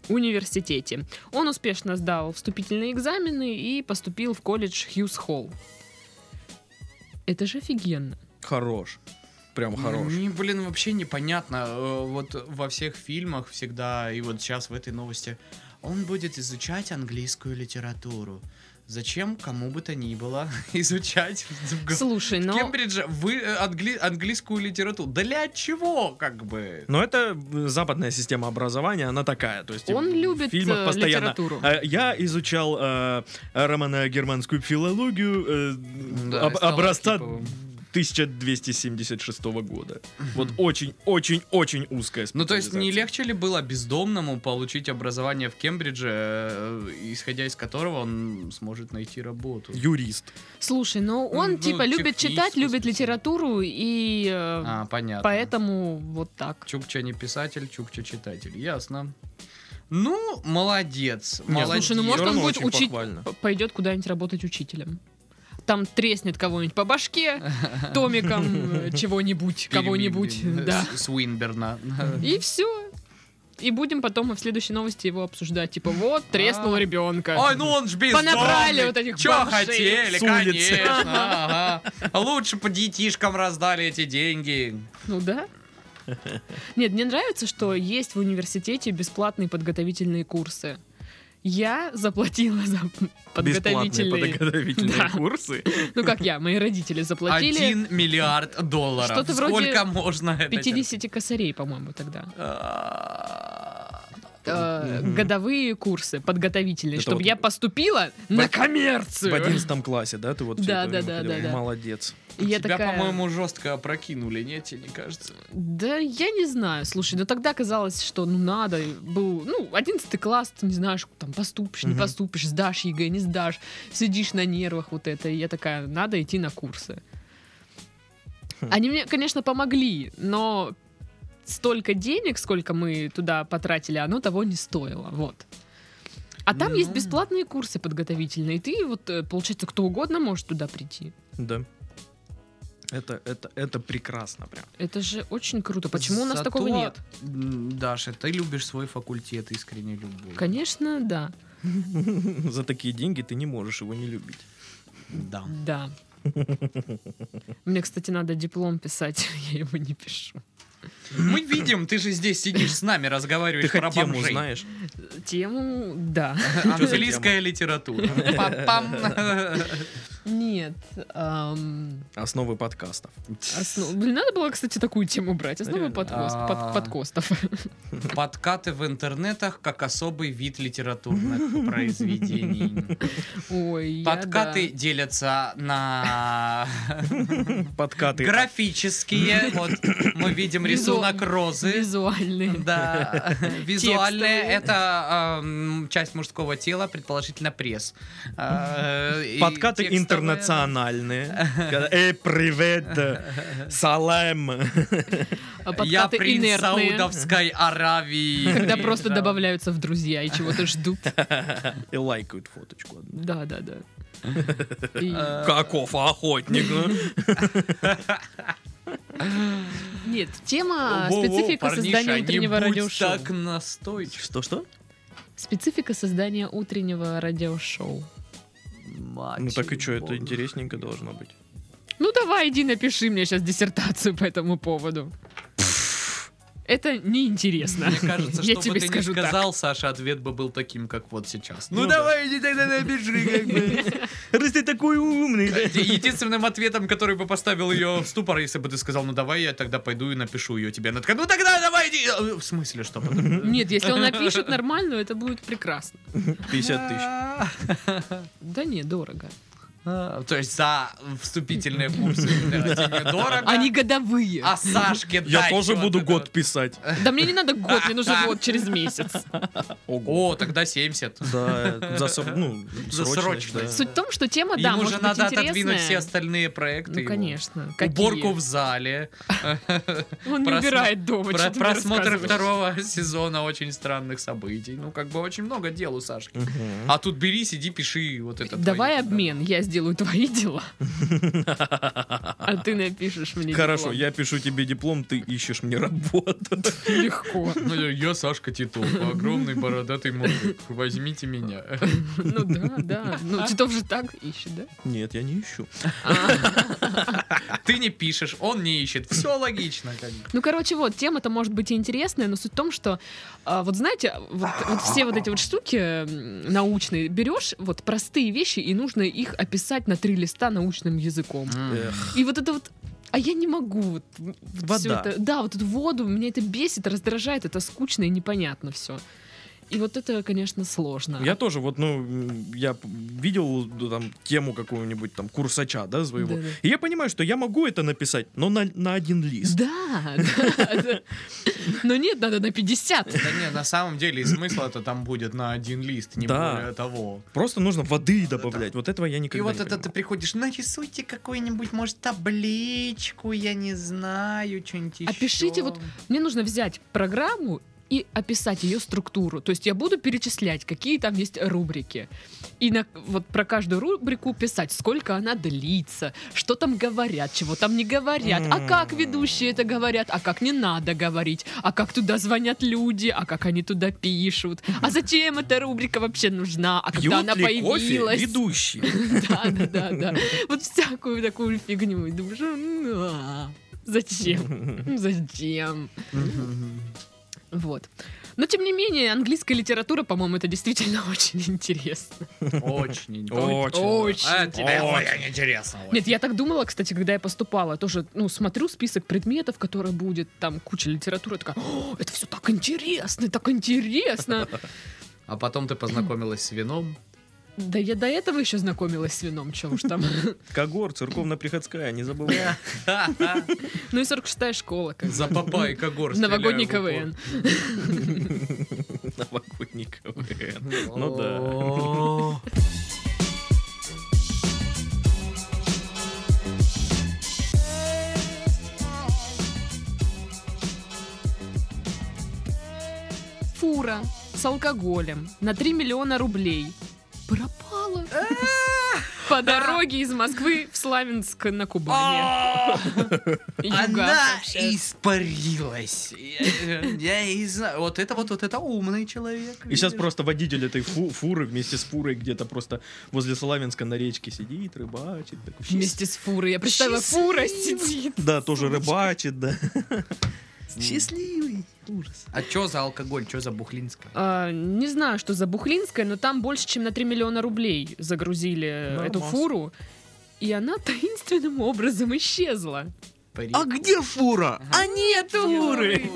университете. Он успешно сдал вступительные экзамены и поступил в колледж Хьюз Холл. Это же офигенно.
Хорош. Прям хорош.
Не, блин, вообще непонятно. Э, Вот во всех фильмах всегда, и вот сейчас в этой новости, он будет изучать английскую литературу. Зачем кому бы то ни было <laughs> изучать в г-
Слушай,
в
ну...
Кембридже вы, э, англи- английскую литературу? Для чего, как бы?
Но это э, западная система образования, она такая. То есть
Он
в
любит,
фильмах
э,
постоянно.
литературу.
«А, Я изучал э, романо-германскую филологию э,
Да, типа
об-
и стал
образца ну,
Архиповым.
1276 года. Вот очень-очень-очень узкая
Ну, то есть, не
специализация.
легче ли было бездомному получить образование в Кембридже, э, исходя из которого он сможет найти работу?
Юрист.
Слушай, но он
Ну,
типа любит
техническую
читать, любит
специальность.
литературу и э,
А, понятно.
поэтому вот так.
Чукча не писатель, Чукча читатель. Ясно. Ну, молодец.
Не,
молодец.
Слушай, ну может
Всё
он
равно
будет
очень
учить,
похвально.
п- пойдет куда-нибудь работать учителем. Там треснет кого-нибудь по башке,
<laughs>
томиком э, чего-нибудь,
Перемигнем,
кого-нибудь,
э,
да.
<laughs> С- Суинберна.
И все. и будем потом в следующей новости его обсуждать. Типа, вот, треснул
А.
ребенка.
Ой, ну он ж бездомный.
Понабрали вот этих
Чё
бомжей
хотели,
с улицы.
конечно. ага. Лучше по детишкам раздали эти деньги.
Ну да. Нет, мне нравится, что есть в университете бесплатные подготовительные курсы. Я заплатила за
Бесплатные
подготовительные.
подготовительные
<laughs> Да.
курсы.
Ну как я, мои родители заплатили
Один миллиард долларов.
Что-то вроде
Сколько можно это?
50 косарей, по-моему, тогда.
А,
Э,
Мгм.
Годовые курсы подготовительные,
Это
чтобы
вот
я поступила на коммерцию.
В одиннадцатом классе, да, ты вот все
Да,
это
да,
время
да,
ходила?
да, да.
Молодец.
И я
Тебя,
такая,
по-моему, жестко опрокинули, нет, тебе не кажется?
Да, я не знаю. Слушай, ну тогда казалось, что ну надо. Был, ну, 11 класс, ты не знаешь, там поступишь, не
Мгм.
поступишь, сдашь ЕГЭ, не сдашь. Сидишь на нервах вот это. И я такая, надо идти на курсы.
Хм.
Они мне, конечно, помогли, но столько денег, сколько мы туда потратили, оно того не стоило. Вот. А там есть
Ну.
бесплатные курсы подготовительные. И ты вот, э, получается, кто угодно может туда прийти.
Да. Это, это, это прекрасно прям. <laughs>
Это же очень круто. Почему у нас такого
Зато,
нет?
м, Даша, ты любишь свой факультет искренне любой.
Конечно, да.
За такие деньги ты не можешь его не любить.
Да.
Да. Мне, кстати, надо диплом писать, <laughs> я его не пишу.
Мы видим, ты же здесь сидишь с нами, разговариваешь
Ты
про
хоть тему
бомжей. <laughs>
знаешь?
Тему, да.
Английская литература. Па-пам.
Нет. ам,
Основы подкастов.
основ- Блин, надо было, кстати, такую тему брать. Основы
Реально.
подкост- под-
А.
подкостов.
<laughs> Подкаты в интернетах как особый вид литературных произведений.
Ой, <laughs> я,
Подкаты делятся на
Подкаты.
графические. Вот мы видим
Визу-
рисунок
да,
розы.
Визуальные.
<laughs> Да, визуальные
Текстовые.
это эм, часть мужского тела, предположительно пресс. Э, и
а, Подкаты
текстовые-
интернациональные. Когда, Эй,
<laughs>
привет! Салам!
А Подкаты
Я принц
инертные,
Саудовской Аравии.
Когда просто
Да.
добавляются в друзья и
<laughs>
чего-то ждут.
И лайкают фоточку одну.
Да, да, да. И-
А,
Каков охотник? ну?
Нет, тема
Во-во,
А, специфика
парниша,
создания
не
утреннего
будь
радиошоу.
так настойчив.
Что-что?
Специфика создания утреннего радиошоу.
Ну так и что, это интересненько должно быть.
Ну давай, иди напиши мне сейчас диссертацию по этому поводу. Это неинтересно.
Мне кажется,
<laughs> Я
что бы ты
тебе
не
скажу так.
сказал, Саша, ответ бы был таким, как вот сейчас.
Ну
иди тогда напиши, как бы.
Раз ты такой умный, да?
Единственным ответом, который бы поставил ее в ступор, если бы ты сказал, ну давай я тогда пойду и напишу ее тебе. Она такая, ну тогда давай иди. Э, В смысле, что? потом?
Нет, если он
<laughs>
напишет нормальную, это будет прекрасно.
50 тысяч.
Да не, дорого.
А, То есть за вступительные курсы да, тебе дорого,
Они годовые.
а Сашке
Я
дать
тоже
вот
буду
это
год
вот.
писать.
Да мне не надо год, мне нужно вот через месяц.
Ого.
О, тогда 70.
Ну
<laughs> Да, за сор- ну,
За
срочность, да.
срочность.
Суть в том, что тема, да,
Ему
может
же
быть
надо отодвинуть
интересная.
все остальные проекты.
Ну,
его.
конечно.
Уборку
Какие?
в зале.
Он не
просмо-
убирает дома,
Про-
что ты мне
просмотр
рассказываешь?
второго <laughs> сезона очень странных событий. Ну, как бы очень много дел у Сашки.
Мгм.
А тут бери, сиди, пиши вот это. типа, твои
Давай
дела.
обмен, я сделаю
<laughs>
твои дела. А ты напишешь мне.
Хорошо,
диплом.
я пишу тебе диплом, ты ищешь мне работу.
Легко.
Ну, я- я Сашка Титов, огромный бородатый мужик. Возьмите меня.
Ну да, да. <laughs> Ну Титов же так ищет, да?
<laughs> Нет, я не ищу.
Ты не пишешь, он не ищет. Все логично. как бы.
Ну, короче, вот, тема-то может быть и интересная, но суть в том, что, а, вот знаете, вот, вот все вот эти вот штуки м, научные, берешь вот простые вещи, и нужно их описать на три листа научным языком.
Эх,
И вот это вот, а я не могу. Вот, вот всё
Вода.
это, да, вот эту воду, меня это бесит, раздражает, это скучно и непонятно все. И вот это, конечно, сложно.
Я тоже, вот, ну, м, я п- видел да, там тему какую-нибудь там курсача, да, своего.
Да-да.
И я понимаю, что я могу это написать, но на, на один лист.
Да, <laughs> да, да. Но нет, надо на 50.
Да не, на самом деле и смысл это там будет на один лист, не
Да.
более того.
Просто нужно воды добавлять. Вот этого я
И
никогда
вот
не
это ты
понимал.
приходишь, нарисуйте какую-нибудь, может, табличку, я не знаю, что-нибудь
А пишите вот- Мне нужно взять программу и описать ее структуру. То есть я буду перечислять, какие там есть рубрики. И на, вот про каждую рубрику писать, сколько она длится, что там говорят, чего там не говорят, а как ведущие это говорят, а как не надо говорить, а как туда звонят люди, а как они туда пишут, а зачем эта рубрика вообще нужна, а когда
Пьют
она
ли кофе
появилась.
ведущие?
<laughs> Да, да, да, да. Вот всякую такую фигню. И думаешь, «М, а, зачем? Зачем? Вот. Но, тем не менее, английская литература, по-моему, это действительно <laughs> очень интересно.
Очень интересно.
Очень.
А, тебе
Очень.
очень интересно. очень.
Нет, я так думала, кстати, когда я поступала. Тоже, ну, смотрю список предметов, которые будет, там куча литературы. Такая, «О, это все так интересно, так
<laughs>
интересно.
А потом ты познакомилась с вином.
Да я до этого еще знакомилась с вином, чего уж там. <laughs>
Когор, церковно-приходская, не забывай.
Ну и 46-я школа, как бы.
За папа и когор
Новогодний КВН.
Новогодний КВН. Ну да.
фура с алкоголем на 3 миллиона рублей
<laughs>
пропала по дороге из Москвы в Славянск
<laughs>
на Кубани. Югас
Она
вообще.
испарилась. Я я не знаю. Вот это вот, вот это умный человек.
И сейчас
видишь?
просто водитель этой фу- фуры вместе с фурой где-то просто возле Славянска на речке сидит, рыбачит. такой.
Вместе с фурой. Я представила, фура сидит.
Да, тоже рыбачит, да.
Счастливый.
А чё за алкоголь, чё за бухлинское?
А, не знаю, что за Бухлинская, но там больше, чем на 3 миллиона рублей загрузили эту
Нормас.
фуру. И она таинственным образом исчезла.
Пари.
А где фура? А нету фуры.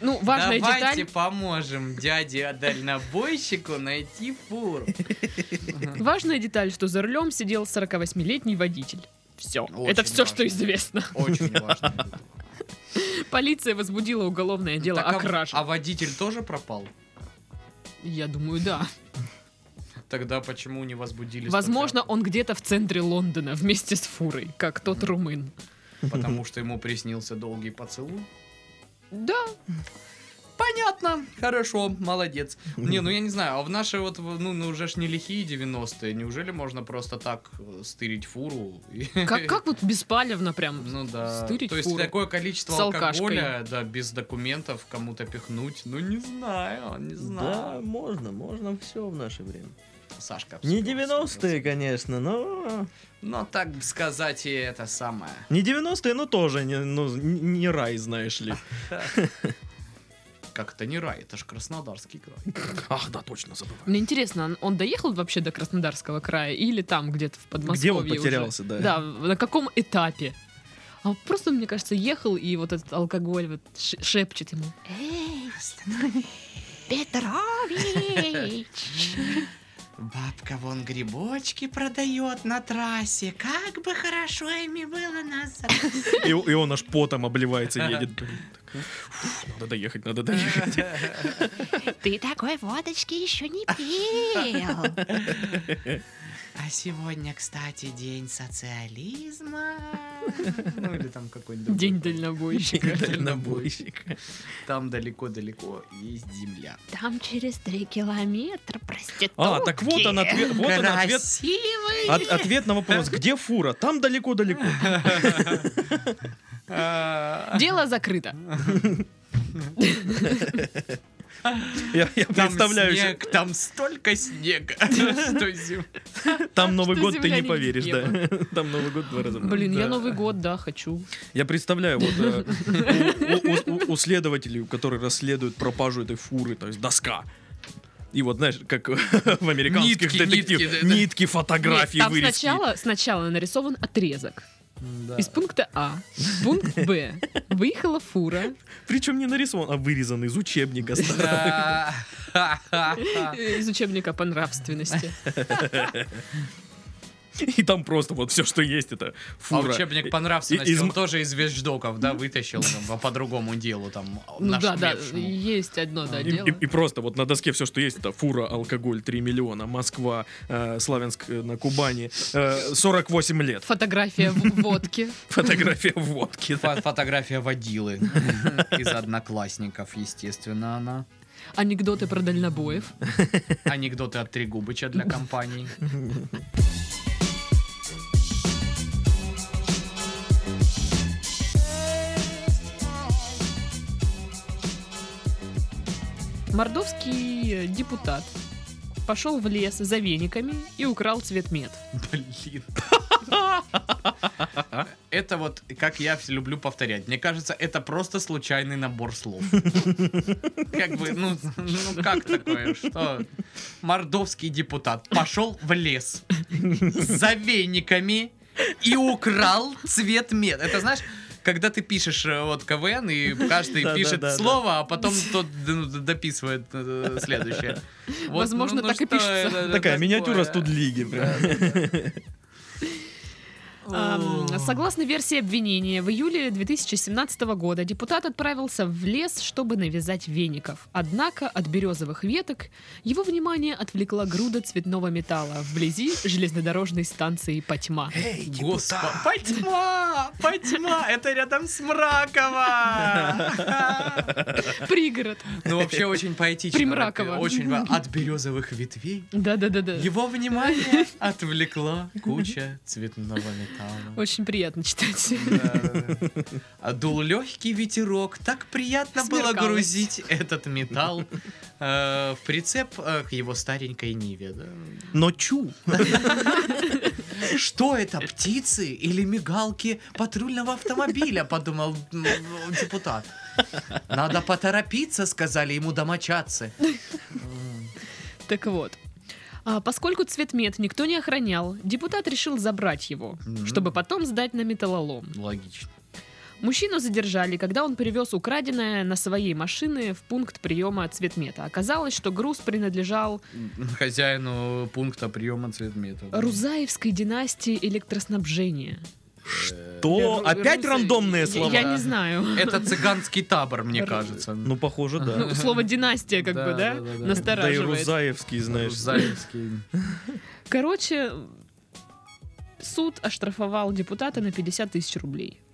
Ну, важная
Давайте
деталь.
поможем дяде дальнобойщику найти фуру.
Важная деталь, что за рулем сидел 48-летний водитель. Все.
Очень
Это все,
важно.
что известно.
Очень важно.
Полиция возбудила уголовное дело
Так,
о
а-
краже.
А водитель тоже пропал?
Я думаю, да.
Тогда почему не возбудили?
Возможно, он где-то в центре Лондона вместе с фурой, как тот румын.
столько? Потому что ему приснился долгий поцелуй.
Да,
Понятно, хорошо,
<laughs>
молодец. Не, ну я не знаю, а в наши вот, в- ну, ну, уже ж не лихие 90-е, неужели можно просто так э, стырить фуру? И-
как, как вот беспалевно
<laughs>
прям.
Ну да.
Стырить
То есть
фуру.
такое количество
С алкашкой.
алкоголя, да, без документов кому-то пихнуть, ну не знаю, не
Да,
знаю.
можно, можно все в наше время.
Сашка.
Не
всё,
90-е, конечно, но...
Но так бы сказать и это самое.
Не 90-е, но тоже не, ну, не рай, знаешь ли.
Как это не рай, это ж Краснодарский край.
Ах, да, точно забыл.
Мне интересно, он, он доехал вообще до Краснодарского края или там где-то в Подмосковье?
Где он
уже?
потерялся, да.
Да, в- на каком этапе? А просто, мне кажется, ехал и вот этот алкоголь вот ш- шепчет ему.
Бабка вон грибочки продает на трассе. Как бы хорошо ими было нас.
И, и он аж потом обливается
<laughs>
и едет. Блин, так, фу, Надо доехать, надо доехать.
Ты такой водочки еще не пил.
<laughs>
А сегодня, кстати, день социализма. Ну или там какой-нибудь другой.
День дальнобойщика.
Дальнобойщик.
Там далеко-далеко есть земля.
Там через три километра проститутки.
А, так вот он ответ. Вот он ответ.
Красивый.
от- ответ на вопрос, где фура? Там далеко-далеко.
А,
<laughs>
Дело закрыто.
Я, я
Там
представляю, что-
снег, там столько
<laughs>
снега. что зим-
там Новый
что
год ты
земля
не
не
поверишь, да. <laughs> Там Новый год два раза.
Блин, я
Да.
Новый год, да, хочу.
Я представляю, вот
<laughs>
э, у- у- у- у следователей, которые расследуют пропажу этой фуры, то есть доска. И вот, знаешь, как <laughs> в американских
Нитки, нитки, да,
детективах
да.
нитки, фотографии,
Нет, там
вырезки.
сначала, сначала нарисован отрезок.
Да.
Из пункта А в пункт <laughs> Б выехала фура
Причем не нарисован, а вырезан из учебника. старого.
Да. Ха-ха-ха.
А. <laughs> э, из учебника по нравственности.
<laughs> И там просто вот все, что есть, это
А
фура.
учебник по
И-
нравственности,
из-
он тоже из вещдоков, да, вытащил там, по другому делу там,
Ну да, да,
нашумевшему.
есть одно, да,
И,
дело.
и- и просто вот на доске все, что есть, это фура, алкоголь, 3 миллиона, Москва, э, Славянск э, на Кубани, э, 48 лет,
<laughs> Фотография в водке.
фотография в водке. да.
Фо- Фотография водилы из одноклассников, естественно, она.
Анекдоты про дальнобоев.
Анекдоты от Трегубыча для компании.
Мордовский э, депутат пошел в лес за вениками и украл цвет мед.
Блин. Это вот, как я вс- люблю повторять. Мне кажется, это просто случайный набор слов. Как бы, ну, ну как такое, что мордовский депутат пошел в лес за вениками и украл цвет мед. Это знаешь, когда ты пишешь э, вот КВН, и каждый
Да, да,
пишет
да, да.
слово, а потом тот д- ну, д- дописывает э, следующее. Вот, ну,
Возможно, так и
что
пишется.
это- это
Такая
такое?
миниатюра студлиги. прям.
Ам, Согласно версии обвинения, в июле 2017 года депутат отправился в лес, чтобы навязать веников. Однако от березовых веток его внимание отвлекла груда цветного металла вблизи железнодорожной станции Потьма.
Господи, потьма, потьма, это рядом с Мраково.
Пригород.
<laughs> Ну, вообще очень поэтично.
Примраково.
Очень во- от березовых ветвей.
Да-да-да-да.
Его внимание отвлекла куча цветного металла.
Очень приятно читать. <laughs>
Да-да-да. А Дул легкий ветерок, так приятно было
Смеркалось.
грузить этот металл э, в прицеп э, к его старенькой Ниве. да.
Ночу.
Что это, птицы или мигалки
<laughs>
патрульного автомобиля, подумал м, м, депутат. Надо поторопиться, сказали ему домочадцы.
Так вот. А поскольку цвет мед никто не охранял, депутат решил забрать его,
Мгм.
чтобы потом сдать на металлолом.
Логично.
Мужчину задержали, когда он привез украденное на своей машине в пункт приема цветмета. Оказалось, что груз принадлежал
Хозяину пункта приема цветмета.
Рузаевской династии электроснабжения.
То опять
Рузаев-
рандомные
э, Я,
слова.
я не знаю.
<laughs>
Это цыганский табор, мне кажется.
Ну, похоже, да.
<laughs> Ну, слово династия как
Да,
бы, да,
да, да, да.
Да и
настораживает.
Рузаевский, знаешь.
Рузаевский.
Короче, суд оштрафовал депутата на 50 тысяч рублей.
<laughs>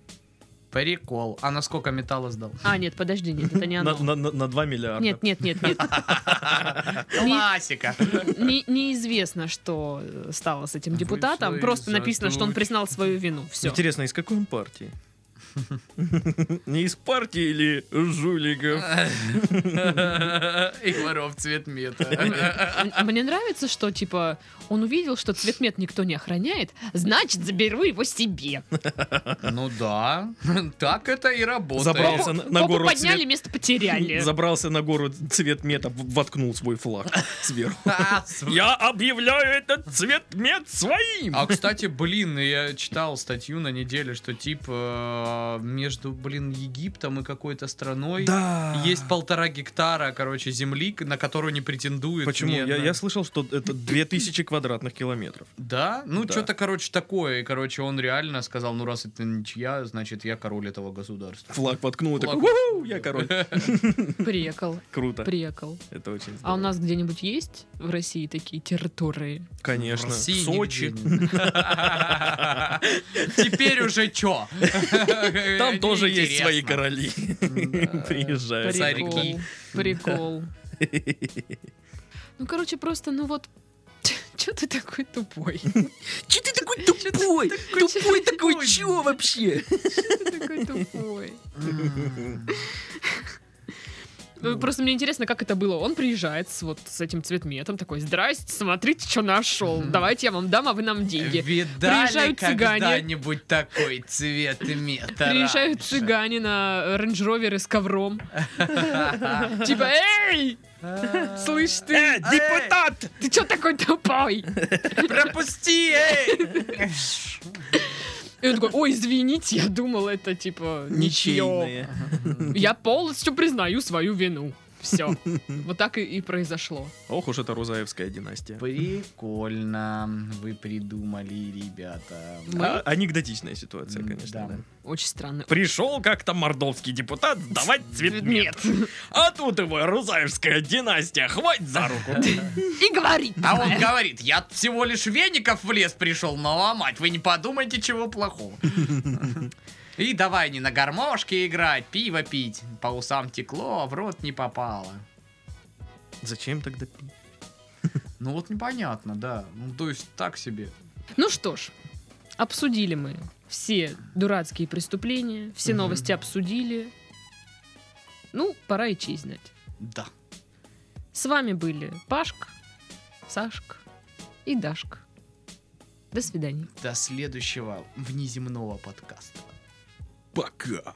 Прикол. А на сколько металла сдал?
А, нет, подожди, нет, это
<laughs>
не
На,
оно.
на, на- на 2 миллиарда.
Нет, нет, нет, нет. Не-
Классика.
<laughs>
Не- неизвестно, что э, стало с этим
Вы
депутатом.
всё
Просто написано, что он
изогнули.
признал свою вину. Все.
Интересно, из какой он
<laughs>
партии? Не из партии или жуликов?
<laughs> И воров цветмета.
М- Мне нравится, что типа он увидел, что цветмет никто не охраняет, значит, заберу его себе.
<laughs> Ну да, так это и работает. <laughs>
Забрался
Попу
на- на
попу
гору
подняли,
цвет.
место
<laughs>
потеряли.
Забрался на гору цвет мета, в- воткнул свой флаг сверху.
А, св-
Я объявляю этот цвет мед своим!
А, кстати, блин, я читал статью на неделе, что тип э, между, блин, Египтом и какой-то страной
Да.
есть полтора гектара, короче, земли, к- на которую не ну, претендует.
Почему?
ни
Я,
одна-
я слышал, что это 2000 квадратных километров.
Да? Ну,
Да.
что-то, короче, такое. И, короче, он реально сказал, ну, раз это ничья, значит, я король этого государства.
Флаг воткнул и
Флаг.
такой, «Уху, я король.
Приехал,
Круто.
приехал.
Это очень
А у
здорово.
нас где-нибудь есть в России такие территории?
Конечно.
В России
Сочи.
<laughs> нигде не- Теперь уже чё?
Там тоже есть
Интересно.
свои короли. <laughs> Приезжают.
Царики.
Прикол.
<laughs>
Прикол. Ну, короче, просто, ну вот, <laughs> Че ты такой
<laughs>
тупой?
Че ты такой тупой? Тупой такой, чё вообще?
Ты такой тупой. Ну, Просто мне интересно, как это было. Он приезжает с, вот с этим цветметом, такой, здрасте, смотрите, что нашел. Давайте я вам дам, а вы нам деньги.
Видали
Приезжают цыгане.
когда-нибудь такой цвет мета
Приезжают
раньше?
цыгане на рейндж с ковром. Типа, эй, слышь ты,
Депутат!
ты что такой тупой?
Пропусти, эй!
И он такой, ой, извините, я думал, это типа ничье.
Ничейные.
Я полностью признаю свою вину. Все. Вот так и, и произошло.
Ох уж эта Рузаевская династия.
Прикольно. Вы придумали, ребята.
А- анекдотичная ситуация,
М,
конечно.
да.
да.
Очень странно.
Пришел как-то мордовский депутат сдавать цветмет. А тут его Рузаевская династия, хватит за руку.
<laughs>
И говорит.
А он говорит, я всего лишь веников в лес пришел наломать, вы не подумайте чего плохого. И давай не на гармошке играть, пиво пить. По усам текло, а в рот не попало.
Зачем тогда пить?
Ну вот непонятно, да. Ну то есть так себе.
Ну что ж, обсудили мы все дурацкие преступления, все
Мгм.
новости обсудили. Ну, пора и честь знать.
Да.
С вами были Пашка, Сашка и Дашка. До свидания.
До следующего внеземного подкаста.
Пока.